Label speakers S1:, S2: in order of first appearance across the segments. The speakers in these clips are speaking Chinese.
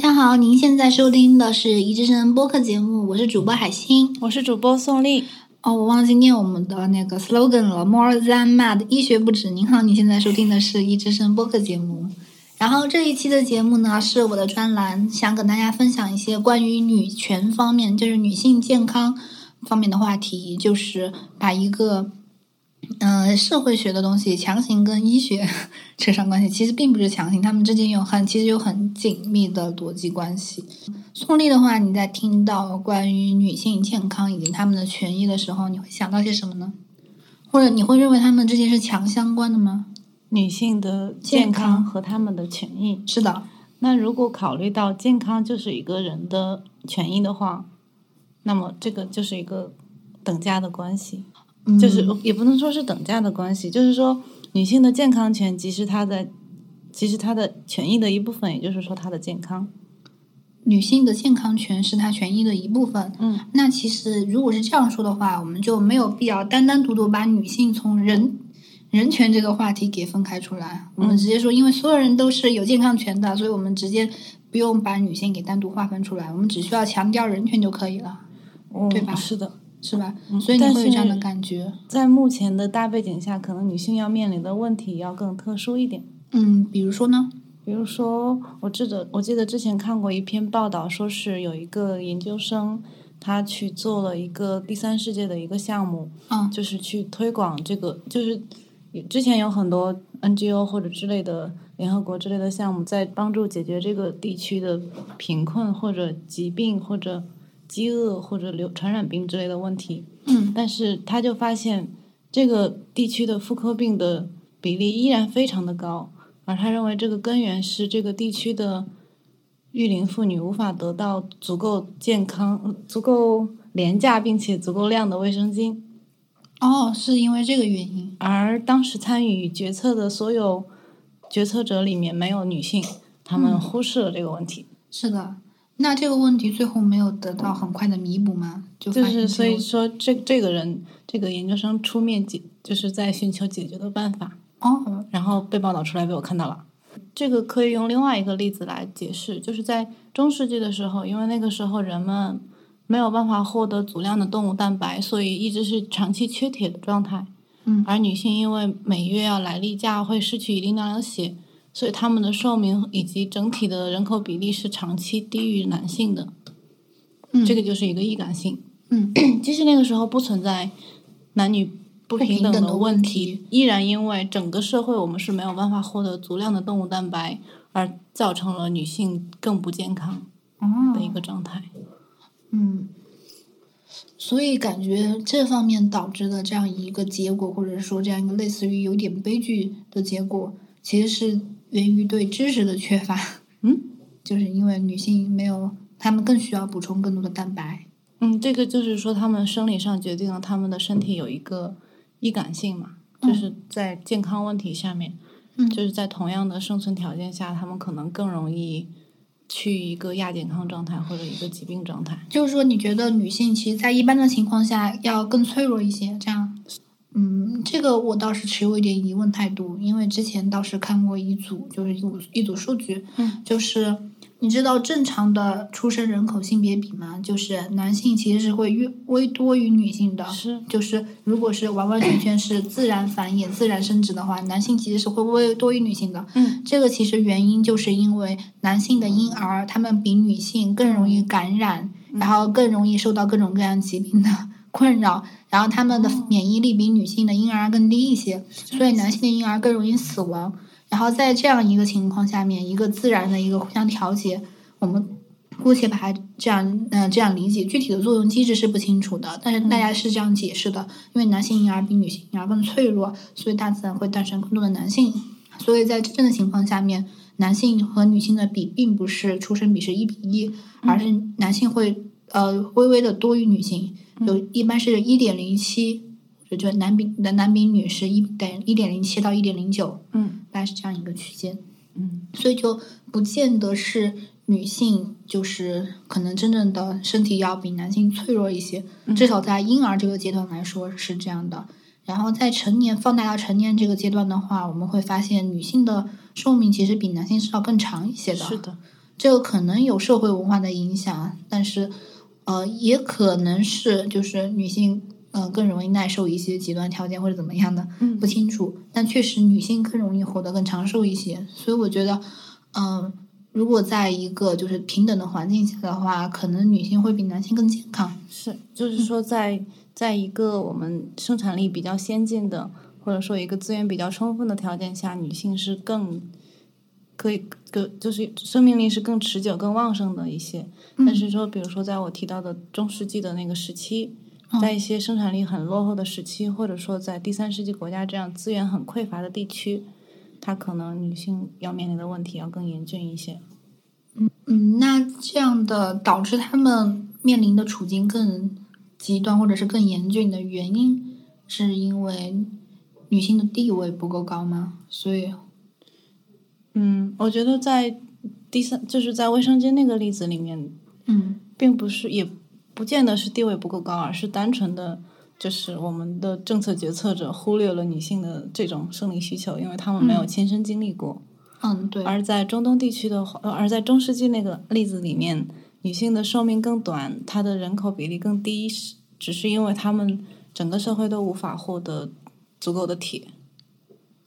S1: 家好，您现在收听的是《一之声》播客节目，我是主播海星。
S2: 我是主播宋丽，
S1: 哦，我忘记念我们的那个 slogan 了，More than mad，医学不止。您好，你现在收听的是《医之声》播客节目。然后这一期的节目呢，是我的专栏，想跟大家分享一些关于女权方面，就是女性健康方面的话题，就是把一个嗯、呃社会学的东西强行跟医学扯上关系，其实并不是强行，他们之间有很其实有很紧密的逻辑关系。宋丽的话，你在听到关于女性健康以及她们的权益的时候，你会想到些什么呢？或者你会认为她们之间是强相关的吗？
S2: 女性的
S1: 健
S2: 健
S1: 康
S2: 康和她们的权益。
S1: 是的，
S2: 那如果考虑到健康就是一个人的权益的话，那么这个就是一个等价的关系，
S1: 嗯
S2: 就是也不能说是等价的关系，就是说女性的健康权即是她的，其实她的权益的一部分，也就是说她的健康。
S1: 女性的健康权是她权益的一部分。
S2: 嗯，
S1: 那其实如果是这样说的话，我们就没有必要单单独独把女性从人人权这个话题给分开出来。我
S2: 嗯
S1: 们直接说，因为所有人都是有健康权的，所以我们直接不用把女性给单独划分出来，我们只需要强调人权就可以了，对吧
S2: 哦是的，
S1: 是吧？所以你会有这样的感觉。
S2: 在目前的大背景下，可能女性要面临的问题要更特殊一点。
S1: 嗯，比如说呢？
S2: 比如说，我记得我记得之前看过一篇报道，说是有一个研究生，他去做了一个第三世界的一个项目，
S1: 嗯
S2: 就是去推广这个，就是之前有很多 NGO 或者之类的联合国之类的项目，在帮助解决这个地区的贫困或者疾病或者饥饿或者流传染病之类的问题。
S1: 嗯
S2: 但是他就发现这个地区的妇科病的比例依然非常的高，而他认为这个根源是这个地区的育龄妇女无法得到足够健康、呃足够廉价并且足够量的卫生巾。
S1: 哦，是因为这个原因。
S2: 而当时参与决策的所有决策者里面没有女性，他们
S1: 嗯
S2: 忽视了这个问题。
S1: 是的，那这个问题最后没有得到很快的弥补吗？就
S2: 就
S1: 发现
S2: 是所
S1: 这
S2: 以
S1: 个
S2: 说这这个人这个研究生出面解就是在寻求解决的办法。
S1: 哦，
S2: 然后被报道出来被我看到了。这个可以用另外一个例子来解释，就是在中世纪的时候，因为那个时候人们没有办法获得足量的动物蛋白，所以一直是长期缺铁的状态。
S1: 嗯
S2: 而女性因为每月要来例假，会失去一定量的血，所以她们的寿命以及整体的人口比例是长期低于男性的。
S1: 嗯
S2: 这个就是一个易感性。
S1: 嗯，
S2: 即使那个时候不存在男女不平等的问题，依然因为整个社会我们是没有办法获得足量的动物蛋白，而造成了女性更不健康的一
S1: 哦，
S2: 个状态。
S1: 嗯，所以感觉这方面导致的这样一个结果，或者说这样一个类似于有点悲剧的结果，其实是源于对知识的缺乏。
S2: 嗯，
S1: 就是因为女性没有，她们更需要补充更多的蛋白。
S2: 嗯，这个就是说，他们生理上决定了他们的身体有一个易感性嘛，就是在健康问题下面，
S1: 嗯
S2: 就是在同样的生存条件下，他们可能更容易去一个亚健康状态或者一个疾病状态。
S1: 就是说，你觉得女性其实，在一般的情况下要更脆弱一些，这样？嗯，这个我倒是持有一点疑问态度，因为之前倒是看过一组，就是一组一组数据，
S2: 嗯
S1: 就是你知道正常的出生人口性别比吗？就是男性其实是会越微多于女性的，
S2: 是
S1: 就是如果是完完全全是自然繁衍、自然生殖的话，男性其实是会微多于女性的。
S2: 嗯，
S1: 这个其实原因就是因为男性的婴儿他们比女性更容易感染，然后更容易受到各种各样疾病的 困扰，然后他们的免疫力比女性的婴儿更低一些，所以男性的婴儿更容易死亡。然后在这样一个情况下面，一个自然的一个互相调节，我们姑且把它这样嗯、呃这样理解，具体的作用机制是不清楚的，但是大家是这样解释的，因为男性婴儿比女性婴儿更脆弱，所以大自然会诞生更多的男性，所以在真正的情况下面，男性和女性的比并不是出生比是一比一，而是男性会呃微微的多于女性，有一般是一点零七。就男比男男比女是一等一点零七到一点零九，
S2: 嗯
S1: 大概是这样一个区间，
S2: 嗯
S1: 所以就不见得是女性就是可能真正的身体要比男性脆弱一些，至少在婴儿这个阶段来说是这样的。然后在成年放大到成年这个
S2: 嗯
S1: 阶段的话，我们会发现女性的寿命其实比男性是要更长一些的。
S2: 是的，
S1: 这个可能有社会文化的影响，但是呃，也可能是就是女性呃更容易耐受一些极端条件或者怎么样的，
S2: 嗯
S1: 不清楚。但确实女性更容易活得更长寿一些，所以我觉得，嗯、如果在一个就是平等的环境下的话，可能女性会比男性更健康。
S2: 是，就是说在在一个我们生产力比较先进的，或者说一个资源比较充分的条件下，女性是更可以更就是生命力是更持久、更旺盛的一些。但是说，比如说在我提到的中世纪的那个时期，在一些生产力很落后的时期，或者说在第三世界国家这样资源很匮乏的地区，它可能女性要面临的问题要更严峻一些。
S1: 嗯，那这样的导致他们面临的处境更极端或者是更严峻的原因，是因为女性的地位不够高吗？所以，
S2: 嗯，我觉得在第三就是在卫生间那个例子里面，
S1: 嗯
S2: 并不是也不见得是地位不够高，啊而是单纯的就是我们的政策决策者忽略了女性的这种生理需求，因为他们没有
S1: 嗯
S2: 亲身经历过。
S1: 嗯，对，
S2: 而在中东地区的话，呃而在中世纪那个例子里面，女性的寿命更短，她的人口比例更低，是只是因为她们整个社会都无法获得足够的铁。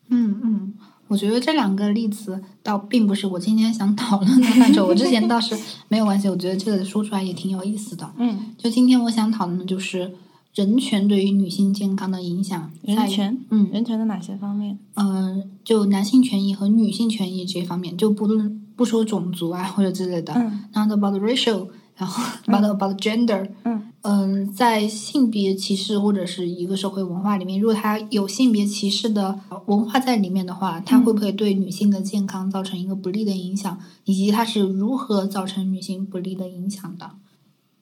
S1: 嗯嗯，我觉得这两个例子倒并不是我今天想讨论的范畴，我之前倒是没有关系，我觉得这个说出来也挺有意思的。
S2: 嗯，
S1: 就今天我想讨论的就是人权对于女性健康的影响，在
S2: 人权，
S1: 嗯
S2: 人权的哪些方面？
S1: 嗯，就男性权益和女性权益这方面，就不论不说种族啊或者之类的，
S2: 嗯
S1: 然后 about racial，然后 about about gender，
S2: 嗯
S1: 嗯，在性别歧视或者是一个社会文化里面，如果它有性别歧视的文化在里面的话，它
S2: 嗯
S1: 会不会对女性的健康造成一个不利的影响，以及它是如何造成女性不利的影响的？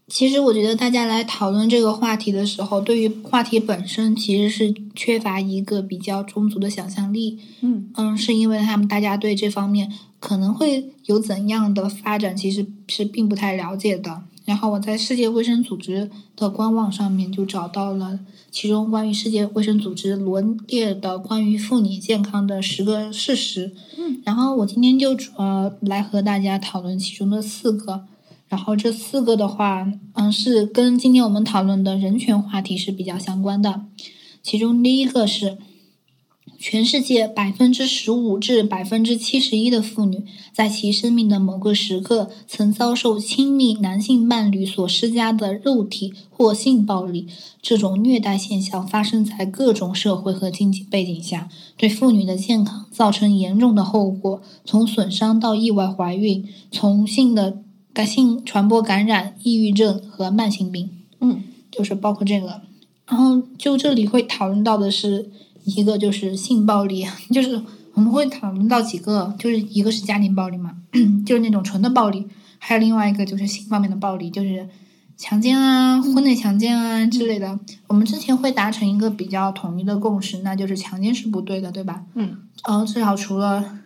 S1: 其实我觉得大家来讨论这个话题的时候，对于话题本身其实是缺乏一个比较充足的想象力。
S2: 嗯
S1: 嗯，是因为他们大家对这方面可能会有怎样的发展，其实是并不太了解的。然后我在世界卫生组织的官网上面就找到了其中关于世界卫生组织罗列的关于妇女健康的十个事实。
S2: 嗯，
S1: 然后我今天就主要来和大家讨论其中的四个。然后这四个的话，嗯，是跟今天我们讨论的人权话题是比较相关的。其中第一个是全世界百分之十五至百分之七十一的妇女，在其生命的某个时刻曾遭受亲密男性伴侣所施加的肉体或性暴力。这种虐待现象发生在各种社会和经济背景下，对妇女的健康造成严重的后果，从损伤到意外怀孕，从性的感性传播感染、抑郁症和慢性病。
S2: 嗯
S1: 就是包括这个。然后就这里会讨论到的是一个就是性暴力， 就是我们会讨论到几个，就是一个是家庭暴力嘛， 就是那种纯的暴力，还有另外一个就是性方面的暴力，就是强奸啊、婚内强奸啊之类的。我们之前会达成一个比较统一的共识，那就是强奸是不对的，对吧？
S2: 嗯
S1: 嗯，至少除了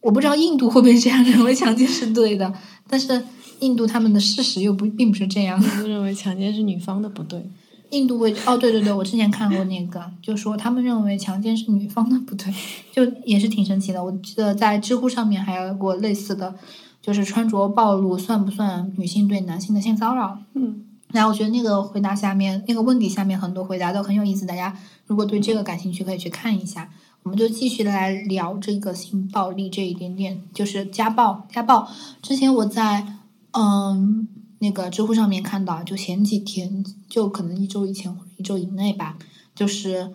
S1: 我不知道印度会不会这样认为强奸是对的，但是印度他们的事实又不并不是这样。
S2: 你就认为强奸是女方的不对？
S1: 印度会哦，对对对，我之前看过那个，就说他们认为强奸是女方的不对，就也是挺神奇的。我记得在知乎上面还有过类似的，就是穿着暴露算不算女性对男性的性骚扰？
S2: 嗯
S1: 然后我觉得那个回答下面那个问题下面很多回答都很有意思，大家如果对这个感兴趣可以去看一下。我们就继续来聊这个性暴力这一点点，就是家暴。家暴之前我在嗯那个知乎上面看到，就前几天就可能一周以前或者一周以内吧，就是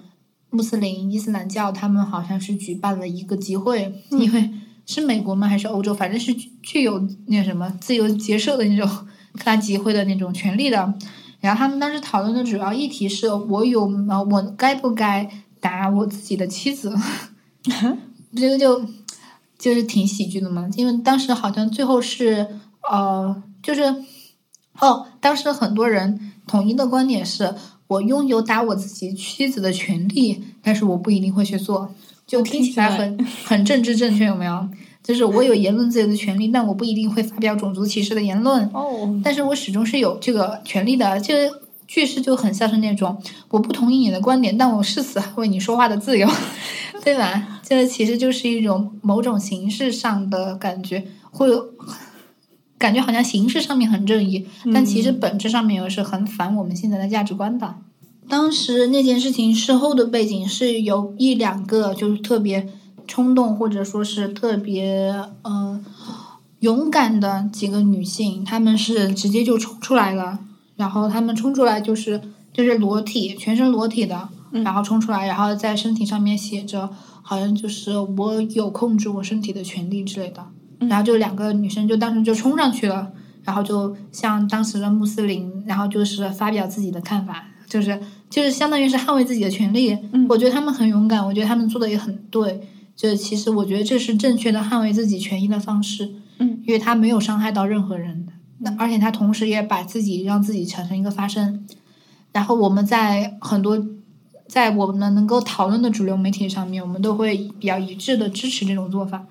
S1: 穆斯林伊斯兰教他们好像是举办了一个集会，
S2: 嗯
S1: 因为是美国吗还是欧洲，反正是具具有那什么自由结社的那种跟他集会的那种权利的。然后他们当时讨论的主要议题是我有呃我该不该打我自己的妻子， 这个就就是挺喜剧的嘛，因为当时好像最后是呃就是哦，当时很多人统一的观点是我拥有打我自己妻子的权利，但是我不一定会去做，就哦听起来很很政治正确，有没有？就是我有言论自由的权利，但我不一定会发表种族歧视的言论。
S2: 哦，
S1: 但是我始终是有这个权利的。这个句式就很像是那种我不同意你的观点，但我誓死捍卫你说话的自由， 对吧？这其实就是一种某种形式上的感觉，会有感觉好像形式上面很正义，但其实本质上面又是很反我们现在的价值观的。当时那件事情事后的背景是有一两个就是特别冲动或者说是特别呃勇敢的几个女性，她们是直接就冲出来了，然后她们冲出来就是就是裸体，全身裸体的，然后冲出来，然后在身体上面写着好像就是我有控制我身体的权利之类的，然后就两个女生就当时就冲上去了。然后就向当时的穆斯林，然后就是发表自己的看法，就是就是相当于是捍卫自己的权利。我觉得他们很勇敢，我觉得他们做的也很对。就是其实我觉得这是正确的捍卫自己权益的方式。
S2: 嗯，
S1: 因为他没有伤害到任何人，那而且他同时也把自己让自己产生一个发声。然后我们在很多在我们能够讨论的主流媒体上面，我们都会比较一致的支持这种做法。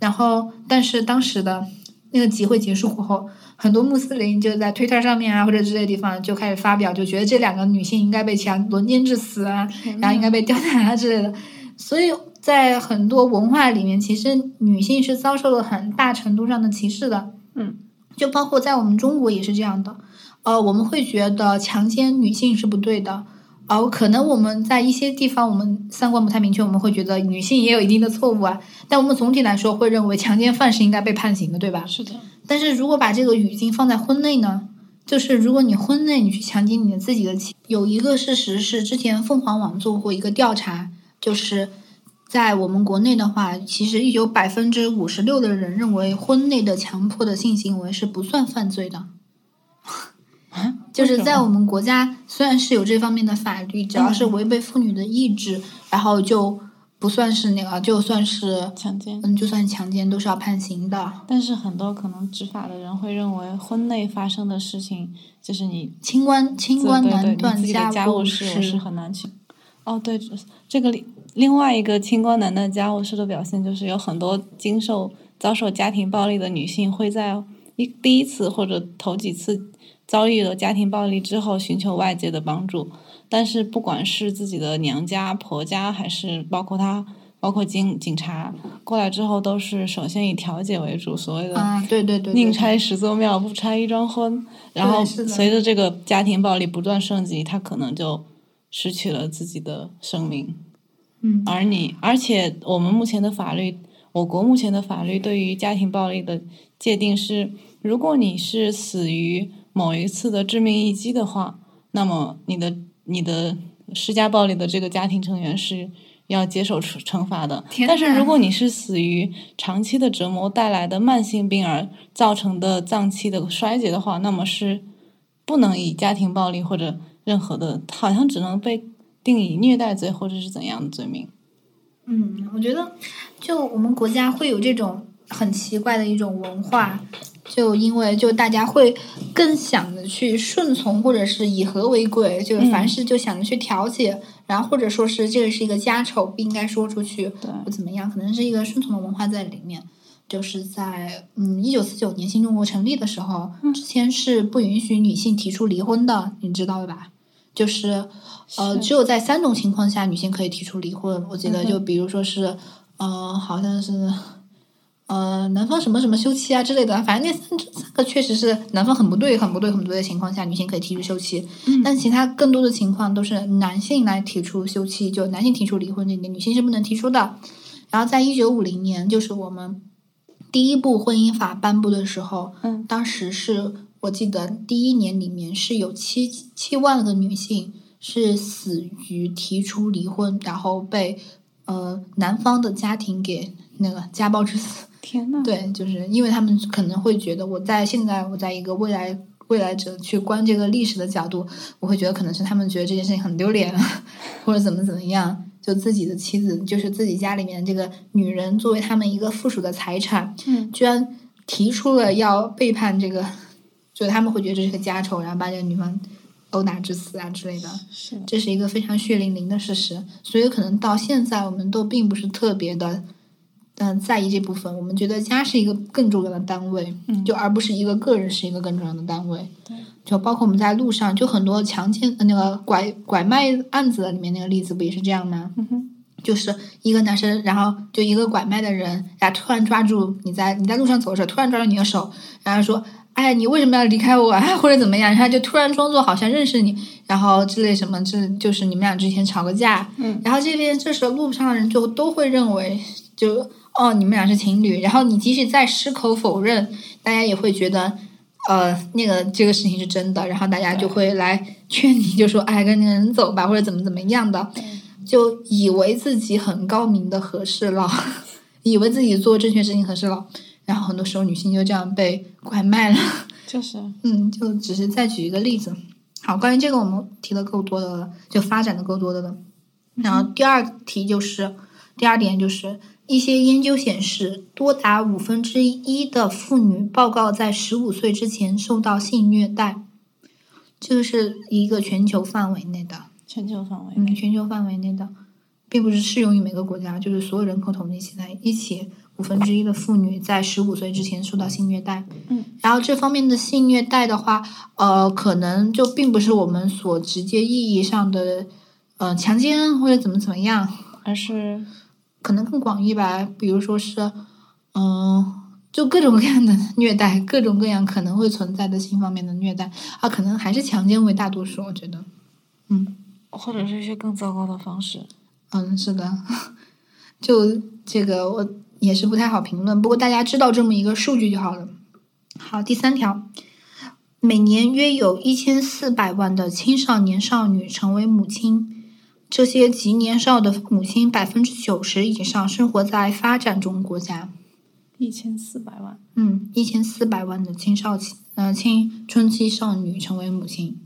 S1: 然后，但是当时的那个集会结束过后，很多穆斯林就在 Twitter 上面啊，或者之类的地方就开始发表，就觉得这两个女性应该被强轮奸致死啊，然后应该被吊打啊之类的。所以在很多文化里面，其实女性是遭受了很大程度上的歧视的。
S2: 嗯，
S1: 就包括在我们中国也是这样的。呃，我们会觉得强奸女性是不对的。哦，可能我们在一些地方，我们三观不太明确，我们会觉得女性也有一定的错误啊。但我们总体来说会认为强奸犯是应该被判刑的，对吧？
S2: 啊是的，
S1: 但是如果把这个语境放在婚内呢，就是如果你婚内你去强奸你的自己的妻，有一个事实是之前凤凰网做过一个调查，就是在我们国内的话，其实有百分之五十六的人认为婚内的强迫的性行为是不算犯罪的。
S2: 啊
S1: 就是在我们国家，虽然是有这方面的法律，只要是违背妇女的意志，然后就不算是那个，就算是
S2: 强奸，
S1: 嗯，就算强奸都是要判刑的。
S2: 但是很多可能执法的人会认为婚内发生的事情，就是你
S1: 清官清
S2: 对
S1: 官
S2: 对对
S1: 难
S2: 你
S1: 断
S2: 自己的家
S1: 务
S2: 务事我是很难去。哦，对，这个里另外一个清官难断家务事的表现，就是有很多经受遭受家庭暴力的女性，会在一第一次或者头几次遭遇了家庭暴力之后，寻求外界的帮助。但是不管是自己的娘家、婆家，还是包括她，包括警警察过来之后，都是首先以调解为主，所谓的
S1: 啊，对对对，对
S2: 宁
S1: 对
S2: 拆十座庙，不拆一桩婚。然后
S1: 是的
S2: 随着这个家庭暴力不断升级，他可能就失去了自己的生命。
S1: 嗯
S2: 而你，而且我们目前的法律，我国目前的法律对于家庭暴力的界定是，如果你是死于某一次的致命一击的话，那么你的你的施加暴力的这个家庭成员是要接受处惩罚的。
S1: 天
S2: 但是
S1: 哪
S2: 如果你是死于长期的折磨带来的慢性病而造成的脏器的衰竭的话，那么是不能以家庭暴力或者任何的，好像只能被定以虐待罪或者是怎样的罪名。
S1: 嗯，我觉得就我们国家会有这种很奇怪的一种文化，就因为就大家会更想着去顺从或者是以和为贵，就
S2: 嗯
S1: 凡事就想着去调解，然后或者说是这个是一个家丑不应该说出去，
S2: 对
S1: 不怎么样，可能是一个顺从的文化在里面。就是在嗯，一九四九年新中国成立的时候，之前是不允许女性提出离婚的，你知道吧？就是呃，
S2: 是
S1: 只有在三种情况下，女性可以提出离婚。我记得
S2: 嗯哼
S1: 就比如说是，呃，好像是，呃，男方什么什么休妻啊之类的，反正那三三个确实是男方很不对、很不对、很不对的情况下，女性可以提出休妻。
S2: 嗯
S1: 但其他更多的情况都是男性来提出休妻，就男性提出离婚这点，女性是不能提出的。然后在一九五零年，就是我们第一部婚姻法颁布的时候，
S2: 嗯
S1: 当时是我记得第一年里面是有七七万个女性是死于提出离婚，然后被呃男方的家庭给那个家暴致死。
S2: 天呐，
S1: 对，就是因为他们可能会觉得，我在现在我在一个未来未来者去观这个历史的角度，我会觉得可能是他们觉得这件事情很丢脸，或者怎么怎么样，就自己的妻子，就是自己家里面这个女人作为他们一个附属的财产，
S2: 嗯
S1: 居然提出了要背叛这个，就他们会觉得这是个家丑，然后把这个女方殴打致死啊之类的。
S2: 是的，
S1: 这是一个非常血淋淋的事实，所以可能到现在我们都并不是特别的，嗯、在意这部分。我们觉得家是一个更重要的单位，
S2: 嗯
S1: 就而不是一个个人是一个更重要的单位。
S2: 对
S1: 就包括我们在路上，就很多强奸、呃那个拐拐卖案子里面那个例子不也是这样吗？
S2: 嗯哼，
S1: 就是一个男生，然后就一个拐卖的人，然后突然抓住你在你在路上走的时候，突然抓住你的手，然后说：“哎，你为什么要离开我啊？” 或者怎么样，然后就突然装作好像认识你，然后之类什么，这就是你们俩之前吵个架。
S2: 嗯，
S1: 然后这边这时候路上的人就都会认为就哦你们俩是情侣，然后你即使再矢口否认，大家也会觉得。呃，那个这个事情是真的，然后大家就会来劝你，就说哎，跟那个人走吧，或者怎么怎么样的，就以为自己很高明的和事佬， 以为自己做正确事情和事佬，然后很多时候女性就这样被拐卖了。
S2: 就是
S1: 嗯，就只是再举一个例子。好，关于这个我们提的够多的了，就发展的够多的了。然后第二题就是第二点就是一些研究显示，多达五分之一的妇女报告在十五岁之前受到性虐待，这是一个全球范围内的，
S2: 全球范围
S1: 嗯，
S2: 内，
S1: 全球范围内的，并不是适用于每个国家，就是所有人口统计起来一起，五分之一的妇女在十五岁之前受到性虐待。
S2: 嗯，
S1: 然后这方面的性虐待的话，呃，可能就并不是我们所直接意义上的，呃，强奸或者怎么怎么样，
S2: 而是
S1: 可能更广义吧，比如说是，嗯、就各种各样的 虐待，各种各样可能会存在的性方面的虐待啊，可能还是强奸为大多数，我觉得，嗯。
S2: 或者是一些更糟糕的方式。
S1: 嗯，是的， 就这个我也是不太好评论，不过大家知道这么一个数据就好了。好，第三条，每年约有一千四百万的青少年少女成为母亲，这些极年少的母亲百分之九十以上生活在发展中国家。
S2: 一千四百万，
S1: 嗯，一千四百万的青少期，呃，青春期少女成为母亲，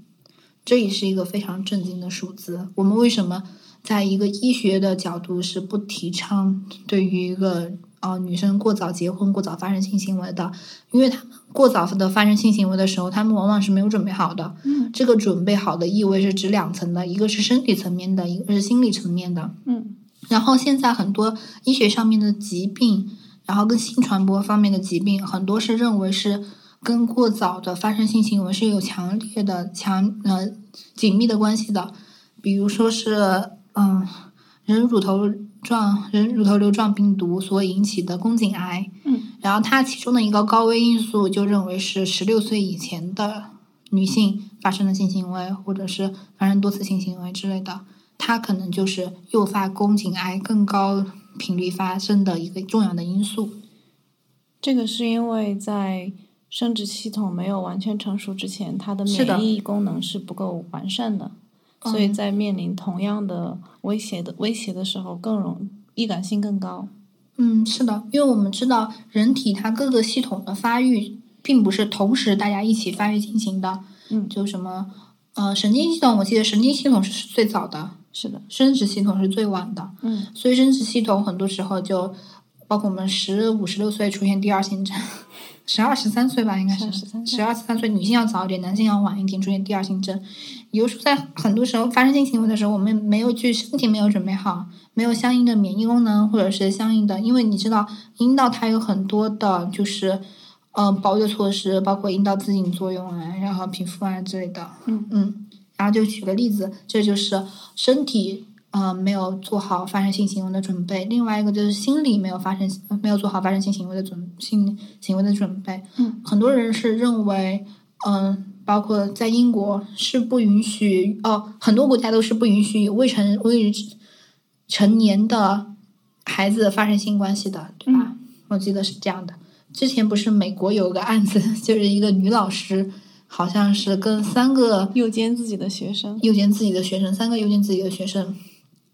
S1: 这也是一个非常震惊的数字。我们为什么在一个医学的角度是不提倡对于一个呃女生过早结婚、过早发生性行为的？因为她们过早的发生性行为的时候，她们往往是没有准备好的。
S2: 嗯
S1: 这个准备好的意味是指两层的，一个是身体层面的，一个是心理层面的。
S2: 嗯
S1: 然后现在很多医学上面的疾病，然后跟性传播方面的疾病，很多是认为是跟过早的发生性行为是有强烈的强呃紧密的关系的，比如说是嗯人乳头状人乳头瘤状病毒所引起的宫颈癌，
S2: 嗯
S1: 然后它其中的一个高危因素就认为是十六岁以前的女性发生的性行为，或者是发生多次性行为之类的，它可能就是诱发宫颈癌更高频率发生的一个重要的因素。
S2: 这个是因为在生殖系统没有完全成熟之前，它的
S1: 是的
S2: 免疫功能是不够完善的，所以
S1: 嗯
S2: 在面临同样的威胁的威胁的时候，更容易感性更高。
S1: 嗯，是的，因为我们知道人体它各个系统的发育并不是同时大家一起发育进行的，
S2: 嗯，
S1: 就什么呃神经系统，我记得神经系统是最早的，
S2: 是的，
S1: 生殖系统是最晚的。
S2: 嗯，
S1: 所以生殖系统很多时候就，包括我们十五、十六岁出现第二性征， 十二、十三岁吧，应该是
S2: 12 13
S1: 十二、十三岁，女性要早一点，男性要晚一点出现第二性征。也就是说，在很多时候发生性行为的时候，我们没有去身体没有准备好，没有相应的免疫功能，或者是相应的，因为你知道阴道它有很多的就是。嗯，保育措施包括阴道自净作用啊，然后皮肤啊之类的。
S2: 嗯
S1: 然后就举个例子，这就是身体呃没有做好发生性行为的准备，另外一个就是心理没有发生呃没有做好发生性行为的准性行为的准备。
S2: 嗯，
S1: 很多人是认为，嗯、包括在英国是不允许哦，很多国家都是不允许未成未成年的孩子发生性关系的，对吧？我记得是这样的。之前不是美国有个案子， 就是一个女老师，好像是跟三个
S2: 诱奸自己的学生，
S1: 诱奸自己的学生，三个诱奸自己的学生，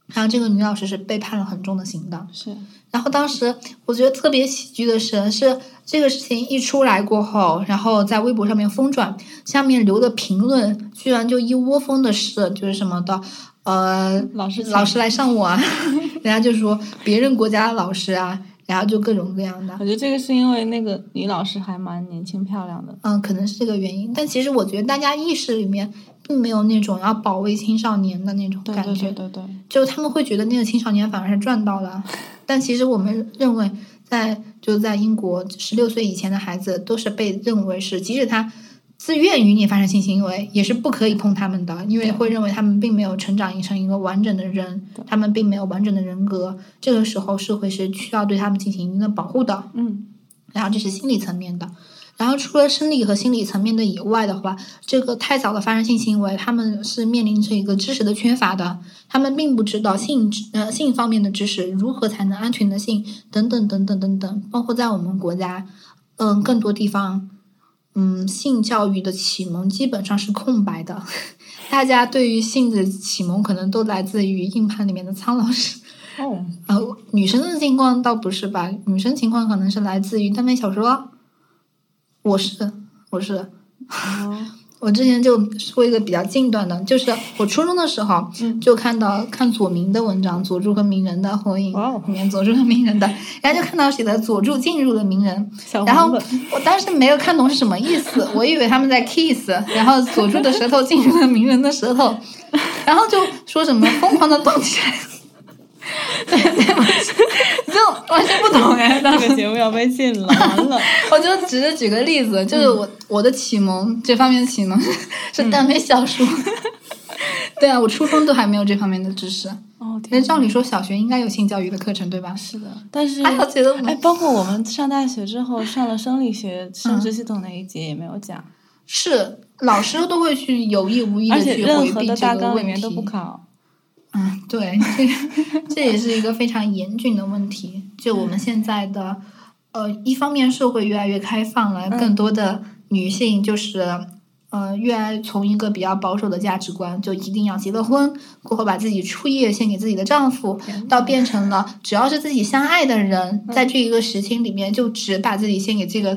S1: 还有这个女老师是被判了很重的刑的。
S2: 是
S1: 然后当时我觉得特别喜剧的是，是这个事情一出来过后，然后在微博上面疯转，下面留的评论居然就一窝蜂的是就是什么的，呃，
S2: 老师
S1: 老师来上我啊， 人家就说别人国家的老师啊，然后就各种各样的
S2: 我，觉得这个是因为那个女老师还蛮年轻漂亮的，
S1: 嗯，可能是这个原因。但其实我觉得大家意识里面并没有那种要保卫青少年的那种
S2: 对
S1: 感觉，
S2: 对对对对，
S1: 就他们会觉得那个青少年反而是赚到了，但其实我们认为在，就在英国，十六岁以前的孩子都是被认为是，即使他自愿与你发生性行为也是不可以碰他们的，因为会认为他们并没有成长成一个完整的人，他们并没有完整的人格。这个时候社会是需要对他们进行一定的保护的。
S2: 嗯，
S1: 然后这是心理层面的。然后除了生理和心理层面的以外的话，这个太早的发生性行为，他们是面临着一个知识的缺乏的，他们并不知道性知呃性方面的知识，如何才能安全的性等等等等等等，包括在我们国家，嗯，更多地方，嗯，性教育的启蒙基本上是空白的， 大家对于性的启蒙可能都来自于硬盘里面的苍老师。
S2: 哦，
S1: 呃，女生的情况倒不是吧，女生情况可能是来自于耽美小说。我是我是，我之前就说一个比较近段的，就是我初中的时候
S2: 嗯
S1: 就看到看左明的文章，佐助和鸣人的火影
S2: 哇哦
S1: 里面佐助和鸣人的，然后就看到写的佐助进入了鸣人，
S2: 小
S1: 然
S2: 黄
S1: 后
S2: 本，
S1: 我当时没有看懂是什么意思，我以为他们在 kiss，然后佐助的舌头进入了鸣人的舌头，然后就说什么疯狂的动起来， 对对不起， 就完全不懂 哎，当时
S2: 这个节目要被禁了，完了。
S1: 我就只是举个例子，就是
S2: 嗯
S1: 我、我的启蒙这方面的启蒙 是耽美小说。 对啊，我初中都还没有这方面的知识。
S2: 哦，
S1: 那
S2: 天哪，
S1: 照理说，小学应该有性教育的课程，对吧？
S2: 是的，但是
S1: 哎呀，我觉得我们
S2: 哎，包括我们上大学之后上了生理学、
S1: 嗯
S2: 生殖系统那一节也没有讲，
S1: 是老师都会去有意无意
S2: 而
S1: 的
S2: 且
S1: 去回
S2: 任何
S1: 避
S2: 的大
S1: 这个
S2: 纲里
S1: 问
S2: 面
S1: 题
S2: 都。不考。
S1: 嗯，对，这个这也是一个非常严峻的问题。就
S2: 嗯
S1: 我们现在的，呃，一方面社会越来越开放了，
S2: 嗯
S1: 更多的女性就是，呃，越来从一个比较保守的价值观，就一定要结了婚，过后把自己初夜献给自己的丈夫，到变成了只要是自己相爱的人，
S2: 嗯
S1: 在这一个时期里面，就只把自己献给这个。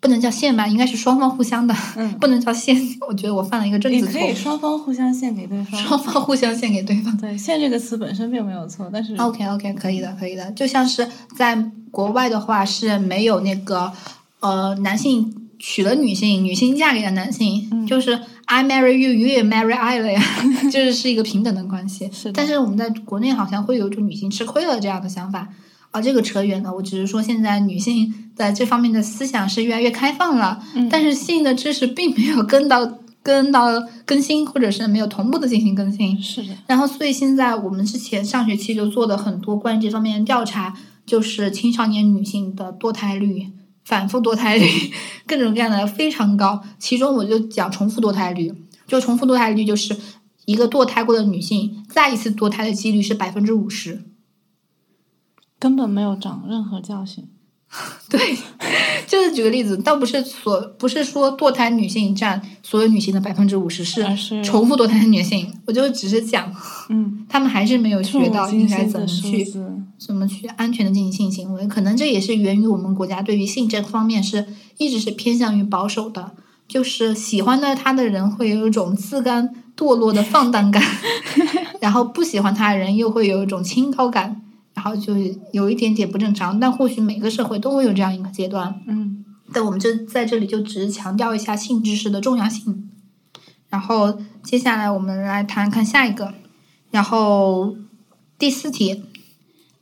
S1: 不能叫献吧，应该是双方互相的，
S2: 嗯
S1: 不能叫献。我觉得我犯了一个正
S2: 也
S1: 字
S2: 可以
S1: 错，
S2: 双方互相献给对方。
S1: 双方互相献给对方。
S2: 对，献这个词本身并没有错，但是
S1: OK OK，可以的，可以的。就像是在国外的话是没有那个呃男性娶了女性，女性嫁给了男性，
S2: 嗯
S1: 就是 I marry you, you 也 marry I 了呀，就是是一个平等的关系。
S2: 是的
S1: 但是我们在国内好像会有一种女性吃亏了这样的想法。啊，这个扯远了。我只是说，现在女性在这方面的思想是越来越开放了，
S2: 嗯
S1: 但是性的知识并没有跟到跟到更新，或者是没有同步的进行更新。
S2: 是的，
S1: 然后，所以现在我们之前上学期就做的很多关于这方面的调查，就是青少年女性的堕胎率、反复堕胎率，各种各样的非常高。其中我就讲重复堕胎率，就重复堕胎率就是一个堕胎过的女性再一次堕胎的几率是百分之五十。
S2: 根本没有长任何 教训。
S1: 对， 就是举个例子，倒不是所不是说堕胎女性占所有女性的百分之五十，是
S2: 而啊是
S1: 重复堕胎的女性。我就只是讲，
S2: 嗯，
S1: 她们还是没有学到应
S2: 惊
S1: 该
S2: 心
S1: 怎
S2: 的
S1: 么
S2: 数
S1: 去。
S2: 字。
S1: 怎么去安全的进行性行为，可能这也是源于我们国家对于性这个方面是一直是偏向于保守的，就是喜欢的他的人会有一种自甘堕落的放荡感， 然后不喜欢他的人又会有一种清高感，然后就有一点点不正常。但或许每个社会都会有这样一个阶段，
S2: 嗯，
S1: 但我们就在这里就只是强调一下性知识的重要性。然后接下来我们来谈看下一个，然后第四题，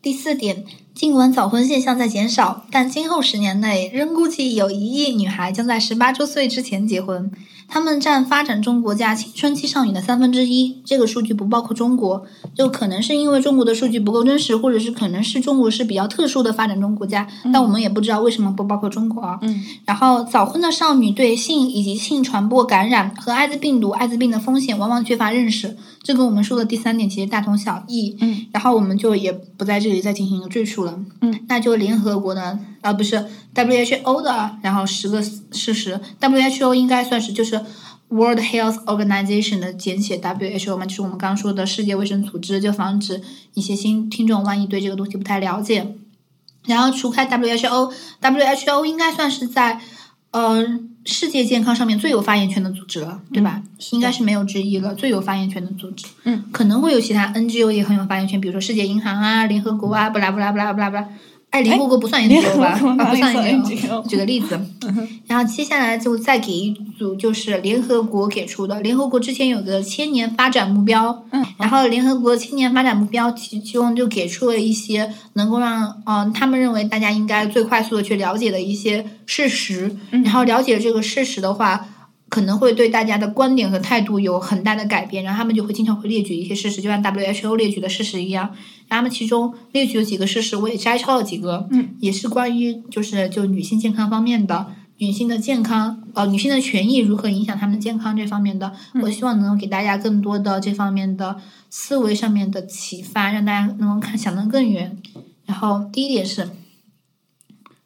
S1: 第四点，尽管早婚现象在减少，但今后十年内仍估计有一亿女孩将在十八周岁之前结婚，她们占发展中国家青春期少女的三分之一。这个数据不包括中国，就可能是因为中国的数据不够真实，或者是可能是中国是比较特殊的发展中国家，但我们也不知道为什么不包括中国啊。
S2: 嗯，
S1: 然后早婚的少女对性以及性传播感染和艾滋病毒、艾滋病的风险往往缺乏认识，这跟我们说的第三点其实大同小异。
S2: 嗯，
S1: 然后我们就也不在这里再进行一个赘述了。
S2: 嗯，
S1: 那就联合国呢，啊不是 WHO 的，然后十个事实，WHO 应该算是就是。World Health Organization 的简写 WHO 嘛，就是我们刚刚说的世界卫生组织，就防止一些新听众万一对这个东西不太了解。然后除开 WHO，WHO 应该算是在呃世界健康上面最有发言权的组织了，对吧？应该是没有之一了，最有发言权的组织。
S2: 嗯，
S1: 可能会有其他 NGO 也很有发言权，比如说世界银行啊、联合国啊，不啦不啦不啦不啦不啦。哎，联合国不算 NGO 吧？
S2: 嗯联合国
S1: 啊，不算
S2: 哪里算
S1: NGO。
S2: NGO
S1: 举个例子，
S2: 嗯
S1: 然后接下来就再给一组，就是联合国给出的。联合国之前有个千年发展目标，
S2: 嗯，
S1: 然后联合国青年发展目标其其中就给出了一些能够让嗯、呃他们认为大
S2: 嗯
S1: 家应该最快速的去了解的一些事实，然后了解这个事实的话，可能会对大家的观点和态度有很大的改变，然后他们就会经常会列举一些事实，就像 WHO 列举的事实一样。然后他们其中列举了几个事实，我也摘抄了几个，
S2: 嗯，
S1: 也是关于就是就女性健康方面的，女性的健康，呃，女性的权益如何影响她们健康这方面的。
S2: 嗯
S1: 我希望能够给大家更多的这方面的思维上面的启发，让大家能够看想得更远。然后第一点是，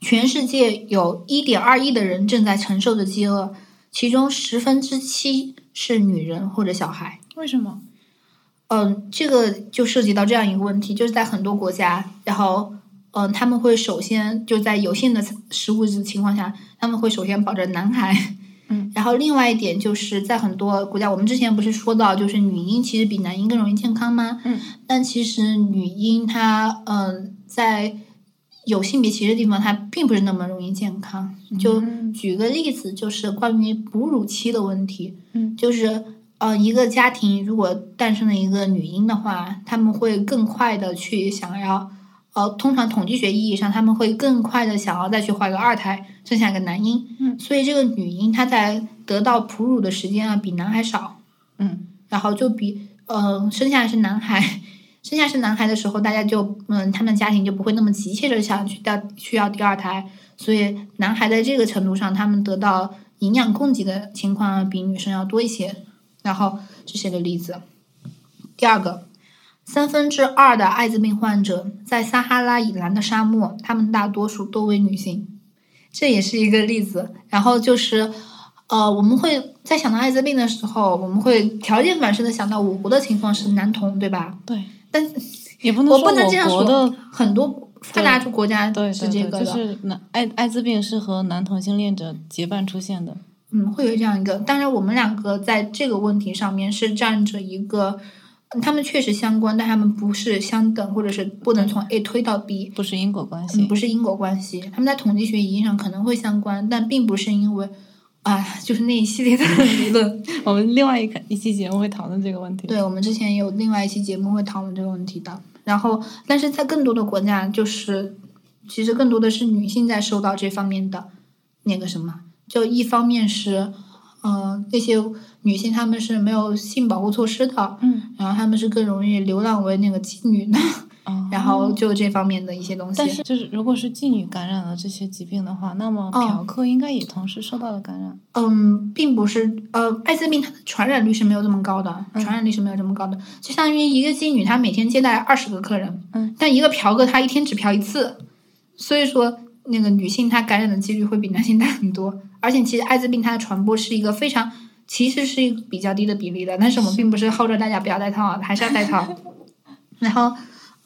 S1: 全世界有1.2亿的人正在承受着饥饿，其中十分之七是女人或者小孩。
S2: 为什么？
S1: 嗯，这个就涉及到这样一个问题，就是在很多国家，然后嗯，他们会首先就在有限的食物的情况下，他们会首先保证男孩。
S2: 嗯，
S1: 然后另外一点就是在很多国家，我们之前不是说到，就是女婴其实比男婴更容易健康吗？
S2: 嗯，
S1: 但其实女婴她嗯、在有性别歧视的地方，她并不是那么容易健康。就
S2: 嗯
S1: 举个例子，就是关于哺乳期的问题，
S2: 嗯
S1: 就是呃，一个家庭如果诞生了一个女婴的话，他们会更快的去想要，呃，通常统计学意义上，他们会更快的想要再去怀个二胎，生下一个男婴。
S2: 嗯
S1: 所以这个女婴她在得到哺乳的时间啊，比男孩少，
S2: 嗯
S1: 然后就比呃生下来是男孩，生下来是男孩的时候，大家就嗯，他们家庭就不会那么急切的想去掉需要第二胎，所以男孩在这个程度上，他们得到营养供给的情况啊比女生要多一些。然后这是一个例子。第二个，三分之二的艾滋病患者在撒哈拉以南的沙漠，他们大多数多为女性，这也是一个例子。然后就是，呃，我们会在想到艾滋病的时候，我们会条件反射的想到我国的情况是男童，对吧？
S2: 对，
S1: 但
S2: 也不能
S1: 嗯我
S2: 说
S1: 不能这样
S2: 我
S1: 说
S2: 国的
S1: 很多发达国家
S2: 对
S1: 嗯是这
S2: 对对，
S1: 个的，
S2: 就是男艾艾滋病是和男同性恋者结伴出现的。
S1: 嗯，会有这样一个。当然，我们两个在这个问题上面是站着一个，嗯他们确实相关，但他们不是相等，或者是不能从 A 推到 B，
S2: 不是因果关系
S1: 嗯，不是因果关系。他们在统计学意义上可能会相关，但并不是因为啊，就是那一系列的 理论。
S2: 我们另外一个一期节目会讨论这个问题。
S1: 对，我们之前有另外一期节目会讨论这个问题的。然后，但是在更多的国家，就是其实更多的是女性在受到这方面的那个什么，就一方面是，呃，那些女性她们是没有性保护措施的，
S2: 嗯，
S1: 然后她们是更容易流浪为那个妓女的，
S2: 哦
S1: 然后就这方面的一些东西。
S2: 但是就是如果是妓女感染了这些疾病的话，那么
S1: 哦
S2: 嫖客应该也同时受到了感染。
S1: 嗯，并不是，呃，艾滋病它的传染率是没有这么高的，
S2: 嗯
S1: 传染率是没有这么高的。就相当于一个妓女，她每天接待二十个客人，
S2: 嗯，
S1: 但一个嫖客她一天只嫖一次，所以说那个女性她感染的几率会比男性大很多。而且其实艾滋病它的传播是一个非常，其实是一个比较低的比例的，但是我们并不是号召大家不要戴套，啊，还是要戴 套。然后，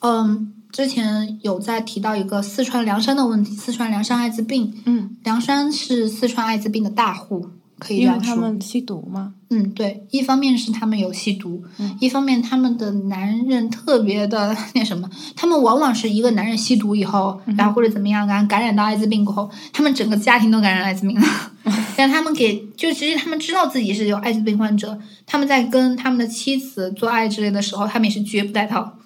S1: 嗯，之前有在提到一个四川凉山的问题，四川凉山艾滋病，
S2: 嗯，
S1: 凉山是四川艾滋病的大户，可以这
S2: 因为
S1: 样
S2: 他
S1: 说。
S2: 们吸毒嘛。
S1: 嗯，对，一方面是他们有吸毒，
S2: 嗯
S1: 一方面他们的男人特别的那什么，他们往往是一个男人吸毒以后，
S2: 嗯
S1: 然后或者怎么样，然后感染到艾滋病过后，他们整个家庭都感染艾滋病 了。但他们给就其实他们知道自己是有艾滋病患者，他们在跟他们的妻子做爱之类的时候，他们也是绝不戴套。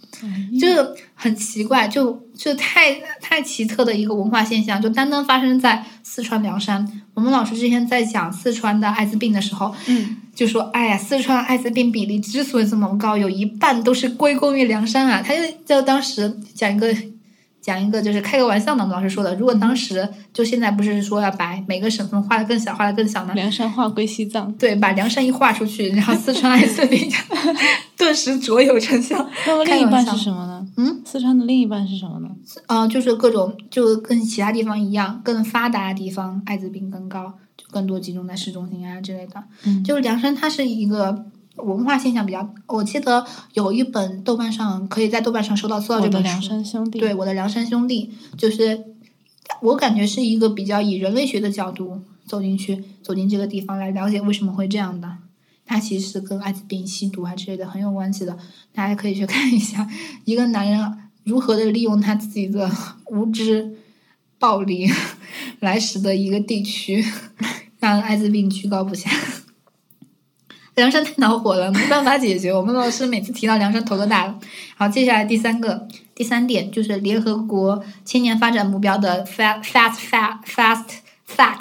S1: 就是很奇怪，就就太太奇特的一个文化现象，就单单发生在四川凉山。我们老师之前在讲四川的艾滋病的时候，
S2: 嗯，
S1: 就说：“哎呀，四川艾滋病比例之所以这么高，有一半都是归功于凉山啊。”他就就当时讲一个讲一个就是开个玩笑嘛，我们老师说的。如果当时就现在不是说要把每个省份划得更小，划得更小呢？
S2: 梁山话归西藏。
S1: 对，把凉山一划出去，然后四川艾滋病 顿时卓有成效。
S2: 那么另
S1: 开
S2: 一
S1: 玩
S2: 半
S1: 笑
S2: 是什么呢？
S1: 嗯，
S2: 四川的另一半是什么呢？
S1: 呃，就是各种就跟其他地方一样，更发达的地方艾滋病更高，就更多集中在市中心啊之类的。
S2: 嗯
S1: 就是凉山，它是一个文化现象比较。我记得有一本豆瓣上可以在豆瓣上搜到搜到
S2: 我
S1: 这
S2: 的
S1: 本
S2: 梁
S1: 书，
S2: 山兄弟。
S1: 对，我的凉山兄弟，就是我感觉是一个比较以人类学的角度走进去，走进这个地方来了解为什么会这样的。它其实跟艾滋病、吸毒啊之类的很有关系的，大家可以去 看一下，一个男人如何的利用他自己的无知、暴力 来使得一个地区 让艾滋病居高不下。 梁山太恼火了，没办法解决。我们老师每次提到梁山头都大了。好，接下来第三个，第三点就是联合国青年发展目标的 fast fast fast fast facts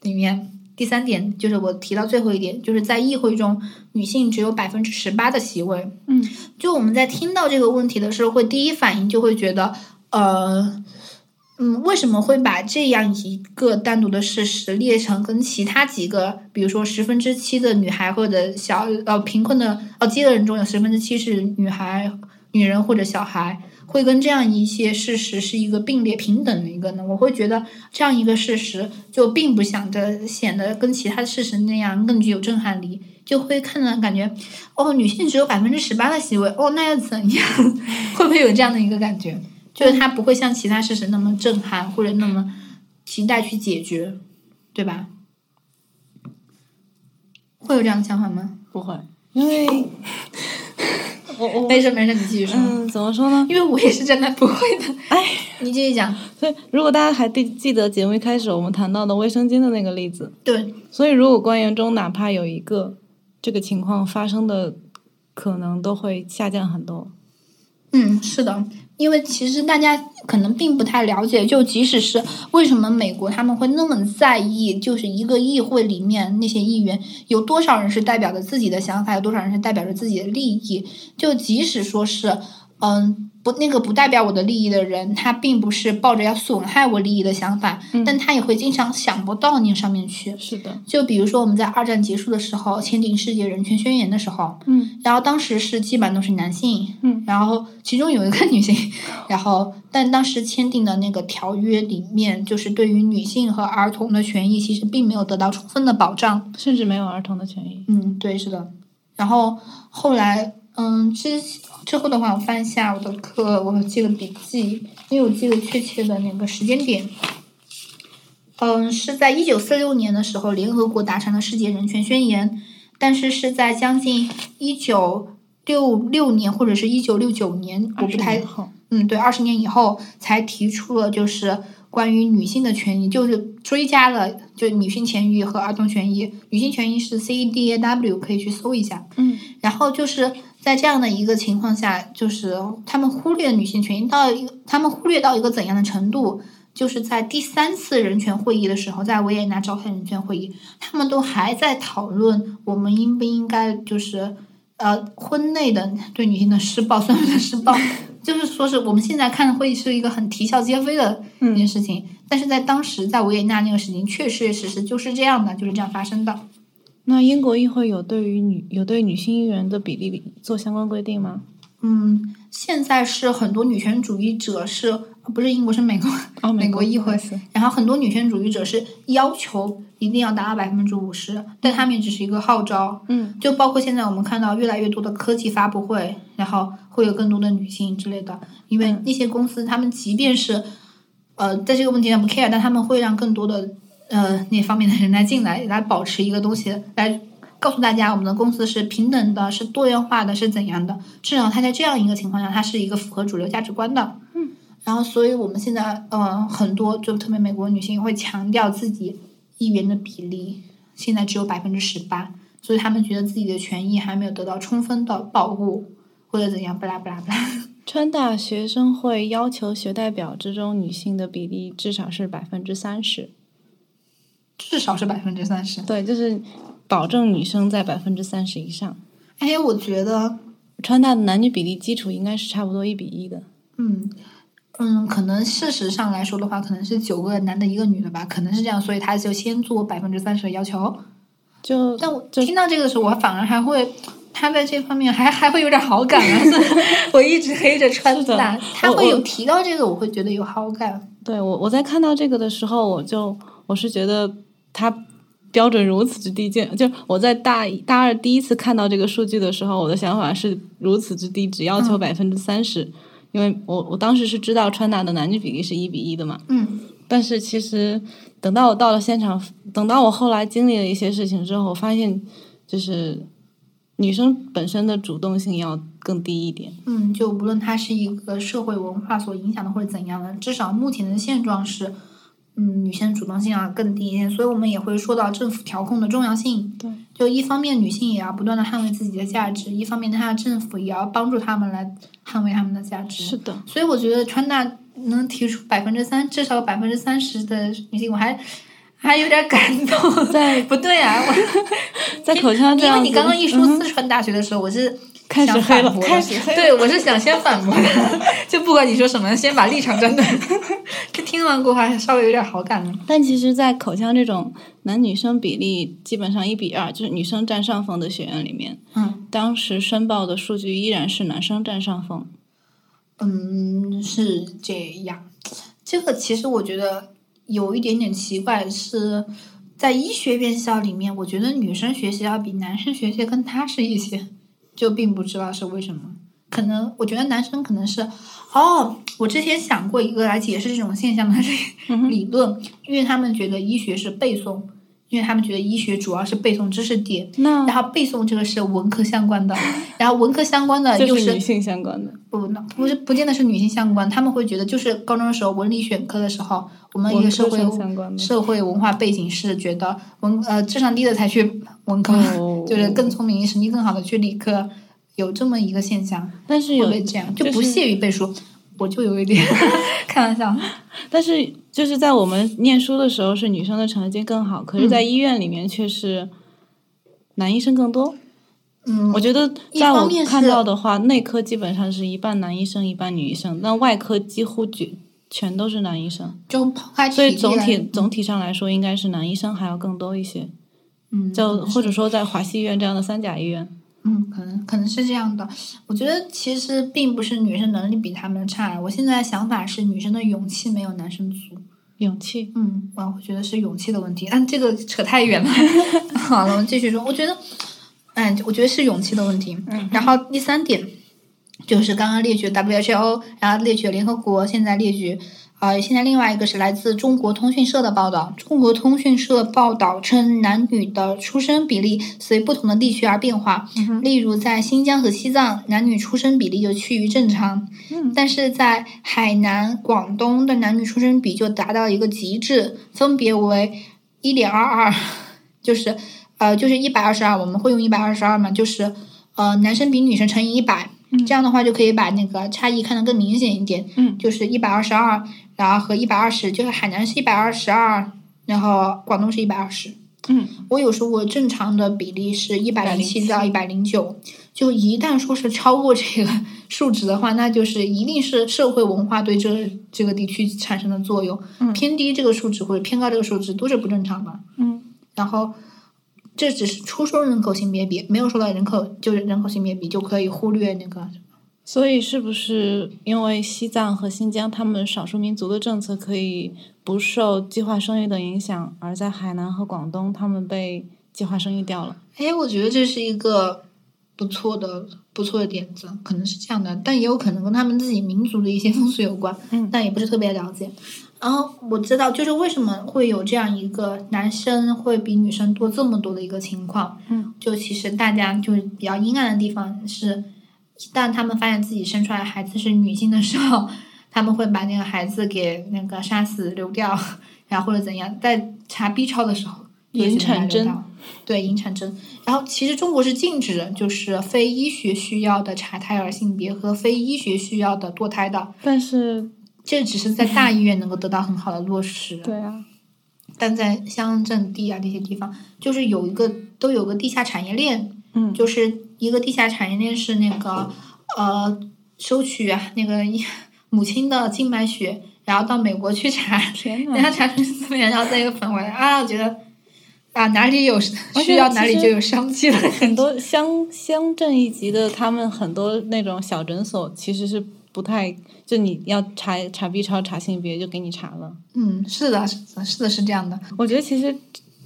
S1: 里面第三点就是我提到最后一点，就是在议会中，女性只有百分之十八的席位。
S2: 嗯，
S1: 就我们在听到这个问题的时候，会第一反应就会觉得，呃，嗯，为什么会把这样一个单独的事实列成跟其他几个，比如说十分之七的女孩或者小呃贫困的呃饥饿人中有十分之七是女孩、女人或者小孩，会跟这样一些事实是一个并列平等的一个呢？我会觉得这样一个事实就并不想着显得跟其他的事实那样更具有震撼力，就会看到感觉哦，女性只有百分之十八的席位，哦，那又怎样？ 会不会有这样的一个感觉？就是它不会像其他事实那么震撼或者那么期待去解决，对吧？会有这样的想法吗？
S2: 不会，因 为我我
S1: 没事没事，你继续说。
S2: 嗯，怎么说呢？
S1: 因为我也是真的不会的，
S2: 哎，
S1: 你继续讲。
S2: 所以如果大家还记记得节目一开始我们谈到的卫生巾的那个例子，
S1: 对，
S2: 所以如果官员中哪怕有一个这个情况发生的，可能都会下降很多。
S1: 嗯，是的，因为其实大家可能并不太了解，就即使是为什么美国他们会那么在意，就是一个议会里面那些议员有多少人是代表着自己的想法，有多少人是代表着自己的利益，就即使说是，嗯。不，那个不代表我的利益的人，他并不是抱着要损害我利益的想法，
S2: 嗯
S1: 但他也会经常想不到那上面去。
S2: 是的，
S1: 就比如说我们在二战结束的时候签订世界人权宣言的时候，
S2: 嗯
S1: 然后当时是基本上都是男性，
S2: 嗯
S1: 然后其中有一个女性，然后但当时签订的那个条约里面，就是对于女性和儿童的权益其实并没有得到充分的保障。
S2: 甚至没有儿童的权益。
S1: 嗯，对，是的。然后后来，嗯，之之后的话，我翻一下我的课，我记了笔记，因为我记得确切的那个时间点。嗯，是在一九四六年的时候，联合国达成了《世界人权宣言》，但是是在将近一九六六年或者是一九六九年，我不太
S2: 20年后
S1: 嗯，对，二十年以后才提出了就是关于女性的权益，就是追加了就女性权益和儿童权益。女性权益是 CEDAW，可以去搜一下。
S2: 嗯
S1: 然后就是在这样的一个情况下，就是他们忽略女性权益到一个，他们忽略到一个怎样的程度？就是在第三次人权会议的时候，在维也纳召开人权会议，他们都还在讨论我们应不应该就是呃婚内的对女性的施暴 算不算施暴？就是说是我们现在看会是一个很啼笑皆非的一件事情，但是在当时在维也纳那个事情确确实实就是这样的，就是这样发生的。
S2: 那英国议会有对于女有对女性议员的比例做相关规定吗？
S1: 嗯，现在是很多女权主义者是呃不是英国是美国？
S2: 哦，
S1: 美国议会
S2: 是
S1: 然后很多女权主义者是要求一定要达到百分之五十，但他们也只是一个号召。
S2: 嗯
S1: 就包括现在我们看到越来越多的科技发布会，然后会有更多的女性之类的，因为
S2: 嗯
S1: 那些公司他们即便是呃在这个问题上不 care，但他们会让更多的呃那方面的人来进来，来保持一个东西来。告诉大家，我们的公司是平等的，是多元化的，是怎样的？至少它在这样一个情况下，它是一个符合主流价值观的。然后，所以我们现在，呃，很多就特别美国女性会强调自己议员的比例现在只有百分之十八，所以她们觉得自己的权益还没有得到充分的保护，或者怎样，不啦不啦不啦。
S2: 川大学生会要求学代表之中女性的比例至少是百分之三十，
S1: 至少是百分之三十。
S2: 对，就是保证女生在百分之三十以上。
S1: 哎，我觉得，
S2: 川大的男女比例基础应该是差不多一比一的。
S1: 嗯嗯，可能事实上来说的话，可能是九个男的一个女的吧，可能是这样，所以他就先做百分之三十的要求。
S2: 就
S1: 但我
S2: 就
S1: 听到这个的时候，我反而还会，他在这方面还还会有点好感啊！ 我一直黑着川
S2: 是的
S1: 大，他
S2: 我
S1: 会
S2: 我
S1: 有提到这个，我会觉得有好感。
S2: 对我我在看到这个的时候，我就我是觉得他标准如此之低，就就我在大一大二第一次看到这个数据的时候，我的想法是如此之低，只要求百分之三十，因为我我当时是知道川大的男女比例是一比一的嘛，
S1: 嗯
S2: 但是其实等到我到了现场，等到我后来经历了一些事情之后，我发现就是女生本身的主动性要更低一点。
S1: 嗯，就无论它是一个社会文化所影响的，或者怎样的，至少目前的现状是，嗯，女性主动性要更低一些。所以我们也会说到政府调控的重要性。
S2: 对，
S1: 就一方面女性也要不断的捍卫自己的价值，一方面她的政府也要帮助她们来捍卫她们的价值。
S2: 是的，
S1: 所以我觉得川大能提出百分之三，至少百分之三十的女性，我还还有点感动。
S2: 在
S1: 不对啊，我
S2: 在口腔这
S1: 因
S2: 样
S1: 为
S2: 子，
S1: 你刚刚一
S2: 嗯
S1: 说
S2: 哼
S1: 四川大学的时候，我是
S2: 开
S1: 想
S2: 始黑
S1: 反
S2: 了
S1: 驳，的
S2: 开始黑了，
S1: 对，我是想先反驳的，就不管你说什么，先把立场站稳。 这听完过后还稍微有点好感了。
S2: 但其实，在口腔这种男女生比例基本上一比二，就是女生占上风的学院里面，
S1: 嗯
S2: 当时申报的数据依然是男生占上风。
S1: 嗯，是这样。这个其实我觉得有一点点奇怪，是在医学院校里面，我觉得女生学习要比男生学习更踏实一些，就并不知道是为什么。可能我觉得男生可能是哦，我之前想过一个来解释这种现象的
S2: 嗯哼
S1: 理论，因为他们觉得医学是背诵，因为他们觉得医学主要是背诵知识点，
S2: 那
S1: 然后背诵这个是文科相关 的，然后文科相关的
S2: 就
S1: 又
S2: 是
S1: 是
S2: 女性相关的，
S1: 不那不
S2: 嗯
S1: 是不见得是女性相关，他们会觉得就是高中的时候文理选科的时候，我们一
S2: 文
S1: 个
S2: 科
S1: 社会
S2: 生相关的
S1: 社会文化背景是觉得文呃智商低的才去文科，
S2: 哦
S1: 就是更聪明、成绩更好的去理科，有这么一个现象，
S2: 但是
S1: 会
S2: 有
S1: 不会这样就
S2: 就
S1: 不
S2: 是
S1: 屑于背书？我就有一 点开玩笑，
S2: 但是就是在我们念书的时候，是女生的成绩更好，可是，
S1: 嗯
S2: 在医院里面却是男医生更多。
S1: 嗯，
S2: 我觉得
S1: 一
S2: 在我
S1: 方面
S2: 看
S1: 是
S2: 到的话，内科基本上是一半男医生，一半女医生，但外科几乎全全都是男医生。
S1: 就抛开
S2: 所以
S1: 体力
S2: 总
S1: 来
S2: 体总体上来说，应该是男医生还要更多一些，
S1: 嗯，
S2: 就或者说在华西医院这样的三甲医院，
S1: 嗯，可能可能是这样的。我觉得其实并不是女生能力比他们差，我现在想法是女生的勇气没有男生足。
S2: 勇气
S1: 嗯，我我觉得是勇气的问题，但这个扯太远了。好了，我们继续说。我觉得，嗯，我觉得是勇气的问题。
S2: 嗯
S1: 然后第三点就是刚刚列举 WHO，然后列举联合国，现在列举。呃，现在另外一个是来自中国通讯社的报道。中国通讯社报道称，男女的出生比例随不同的地区而变化。例如，在新疆和西藏，男女出生比例就趋于正常。但是在海南、广东的男女出生比就达到一个极致，分别为一点二二，就是呃，就是一百二十二，我们会用一百二十二嘛，就是呃，男生比女生乘以一百、
S2: 嗯
S1: 这样的话就可以把那个差异看得更明显一点，
S2: 嗯
S1: 就是一百二十二，然后和一百二十，就是海南是一百二十二，然后广东是一百二十，
S2: 嗯，
S1: 我有时候我正常的比例是一百零七到一百零九，就一旦说是超过这个数值的话，那就是一定是社会文化对这这个地区产生的作用。
S2: 嗯
S1: 偏低这个数值或者偏高这个数值都是不正常的。
S2: 嗯
S1: 然后，这只是出生人口性别比，没有说到人口就是人口性别比就可以忽略那个。
S2: 所以是不是因为西藏和新疆他们少数民族的政策可以不受计划生育的影响，而在海南和广东他们被计划生育掉了？
S1: 哎，我觉得这是一个不错的不错的点子，可能是这样的，但也有可能跟他们自己民族的一些风俗有关，
S2: 嗯
S1: 但也不是特别了解。然后我知道，就是为什么会有这样一个男生会比女生多这么多的一个情况，
S2: 嗯
S1: 就其实大家就是比较阴暗的地方是，一旦他们发现自己生出来的孩子是女性的时候，他们会把那个孩子给那个杀死流掉，然后或者怎样，在查 B 超的时候，
S2: 引
S1: 就是把它
S2: 产
S1: 流
S2: 针
S1: 掉，对引产针。然后其实中国是禁止就是非医学需要的查胎儿性别和非医学需要的堕胎的，
S2: 但是
S1: 这只是在大医院能够得到很好的落实。
S2: 对啊，
S1: 但在乡镇地啊这些地方，就是有一个都有个地下产业链，
S2: 嗯
S1: 就是一个地下产业链是那个呃收取啊那个一母亲的静脉血，然后到美国去查，
S2: 天
S1: 然后
S2: 哪！
S1: 查出是怎么样，然后再又返回来啊，我觉得啊哪里有
S2: 而且
S1: 需要
S2: 其
S1: 哪里
S2: 实
S1: 就有商机了。
S2: 很多乡乡镇一级的，他们很多那种小诊所其实是不太，就你要查查 B 超、查性别就给你查了。
S1: 嗯，是的，是的，是的，是这样的。
S2: 我觉得其实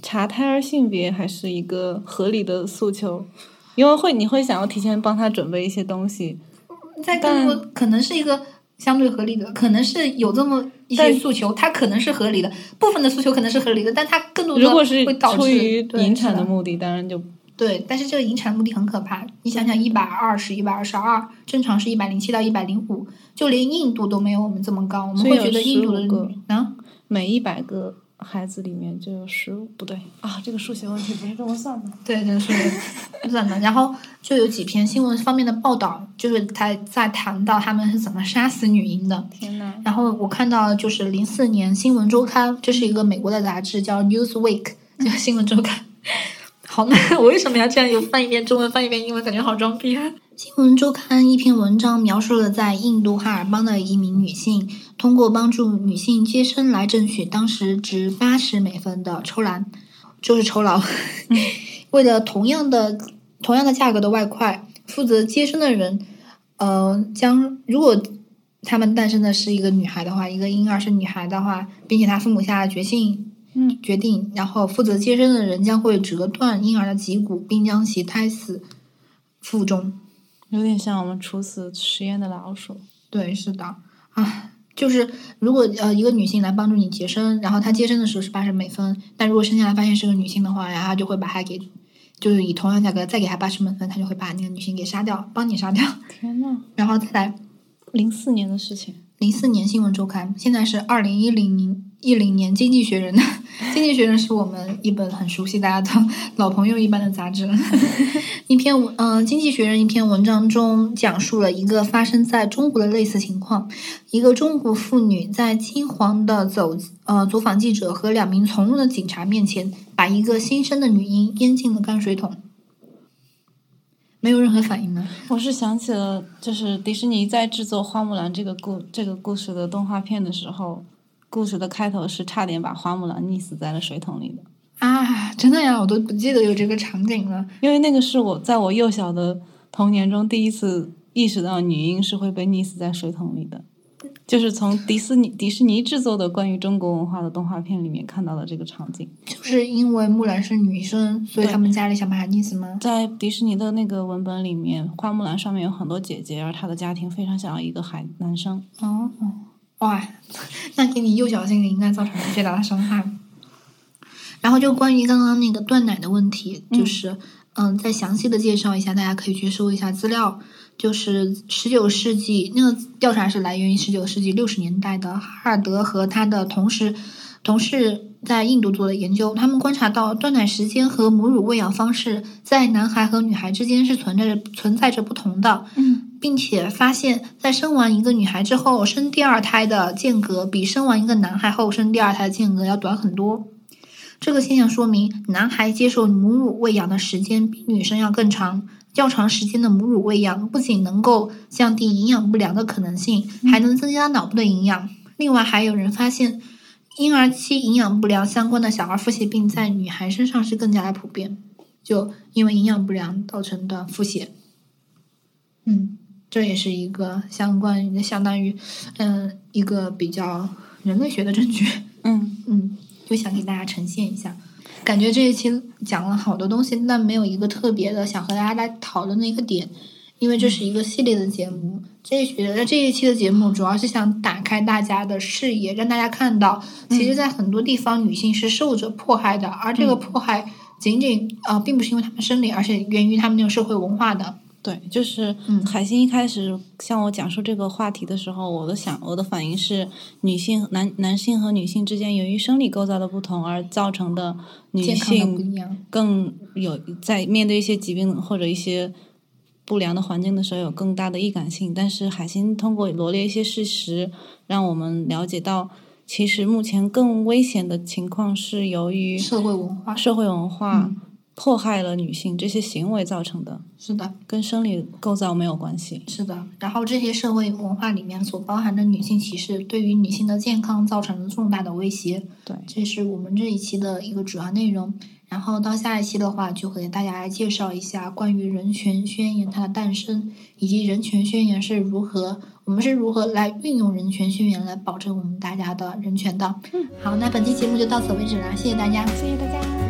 S2: 查胎儿性别还是一个合理的诉求，因为会你会想要提前帮他准备一些东西，
S1: 在中国可能是一个相对合理的，可能是有这么一些
S2: 但
S1: 诉求，它可能是合理的，部分的诉求可能是合理的，但它更多的
S2: 如果是
S1: 会导
S2: 出
S1: 致
S2: 于
S1: 对
S2: 引
S1: 是
S2: 产
S1: 的
S2: 的目的，当然就
S1: 对，但是这个引产目的很可怕。你想想，一百二十、一百二十二，正常是一百零七到一百零五，就连印度都没有我们这么高。我们
S2: 所以
S1: 会
S2: 有
S1: 觉得印度的
S2: 15个
S1: 女啊，
S2: 每一百个孩子里面就有十五不对啊，这个数学问题不是这么算的。
S1: 对，这是算的。然后就有几篇新闻方面的报道，就是在在谈到他们是怎么杀死女婴的。
S2: 天呐，
S1: 然后我看到就是零四年《新闻周刊》，这是一个美国的杂志，叫《Newsweek》，叫《新闻周刊》。 好难，我为什么要这样？有翻一遍中文，翻一遍英文，感觉好装逼啊！《新闻周刊》一篇文章描述了在印度哈尔邦的一名女性，通过帮助女性接生来争取当时值八十美分的抽篮，就是酬劳。 为了同样的同样的价格的外快，负责接生的人，呃，将如果他们诞生的是一个女孩的话，一个婴儿是女孩的话，并且她父母下了决心，
S2: 嗯，
S1: 决定，然后负责接生的人将会折断婴儿的脊骨，并将其胎死腹中。
S2: 有点像我们处死实验的老鼠。
S1: 对，是的，啊，就是如果呃一个女性来帮助你接生，然后她接生的时候是八十美分，但如果生下来发现是个女性的话，然后她就会把她给，就是以同样价格再给她八十美分，她就会把那个女性给杀掉，帮你杀掉，
S2: 天呐，
S1: 然后再来
S2: 零四年的事情，
S1: 零四年新闻周刊，现在是二零一零年一零年《经济学人》 的，《经济学人》是我们一本很熟悉、大家都老朋友一般的杂志了。 一篇文，嗯、经济学人》一篇文章中讲述了一个发生在中国的类似情况：一个中国妇女在惊惶的走呃走访记者和两名从容的警察面前，把一个新生的女婴淹进了泔水桶。没有任何反应吗？
S2: 我是想起了，就是迪士尼在制作《花木兰》这个故这个故事的动画片的时候，故事的开头是差点把花木兰溺死在了水桶里的，
S1: 啊，真的呀，我都不记得有这个场景了。
S2: 因为那个是我在我幼小的童年中第一次意识到女婴是会被溺死在水桶里的，就是从迪士尼迪士尼制作的关于中国文化的动画片里面看到的这个场景。
S1: 就是因为木兰是女生，所以
S2: 对
S1: 他们家里想把她溺死吗？
S2: 在迪士尼的那个文本里面，花木兰上面有很多姐姐，而她的家庭非常想要一个孩男生。
S1: 哦，哇， 那给你幼小心灵应该造成了巨大的伤害。然后就关于刚刚那个断奶的问题，就是嗯再详细的介绍一下，大家可以去搜一下资料。就是十九世纪那个调查是来源于十九世纪六十年代的哈尔德和他的同事同事在印度做的研究，他们观察到断奶时间和母乳喂养方式在男孩和女孩之间是存在着存在着不同的。
S2: 嗯，
S1: 并且发现，在生完一个女孩之后，生第二胎的间隔比生完一个男孩后生第二胎的间隔要短很多。这个现象说明，男孩接受母乳喂养的时间比女生要更长。较长时间的母乳喂养不仅能够降低营养不良的可能性，还能增加脑部的营养。另外，还有人发现，婴儿期营养不良相关的小儿腹泻病在女孩身上是更加的普遍，就因为营养不良造成的腹泻。嗯，这也是一个相关于相当于，嗯、一个比较人类学的证据。
S2: 嗯，
S1: 嗯，就想给大家呈现一下。感觉这一期讲了好多东西，但没有一个特别的想和大家来讨论的一个点，因为这是一个系列的节目。这一学呃这一期的节目主要是想打开大家的视野，让大家看到，
S2: 嗯
S1: 其实，在很多地方女性是受着迫害的，而这个
S2: 嗯
S1: 迫害仅仅呃，并不是因为她们生理，而且源于她们那个社会文化的。
S2: 对，就是
S1: 嗯
S2: 海星一开始向我讲述这个话题的时候，我的想我的反应是，女性男男性和女性之间由于生理构造的不同而造成的女
S1: 健康的不
S2: 性
S1: 一样，
S2: 更有在面对一些疾病或者一些不良的环境的时候有更大的易感性。但是海星通过罗列一些事实，让我们了解到，其实目前更危险的情况是由于
S1: 社会文化
S2: 社会文化
S1: 嗯
S2: 迫害了女性这些行为造成的。
S1: 是的。
S2: 跟生理构造没有关系。
S1: 是的，然后这些社会文化里面所包含的女性歧视，对于女性的健康造成了重大的威胁，
S2: 对，
S1: 这是我们这一期的一个主要内容。然后到下一期的话，就会给大家来介绍一下关于人权宣言它的诞生，以及人权宣言是如何，我们是如何来运用人权宣言来保证我们大家的人权的。好，那本期节目就到此为止了，谢谢大家。
S2: 谢谢大家。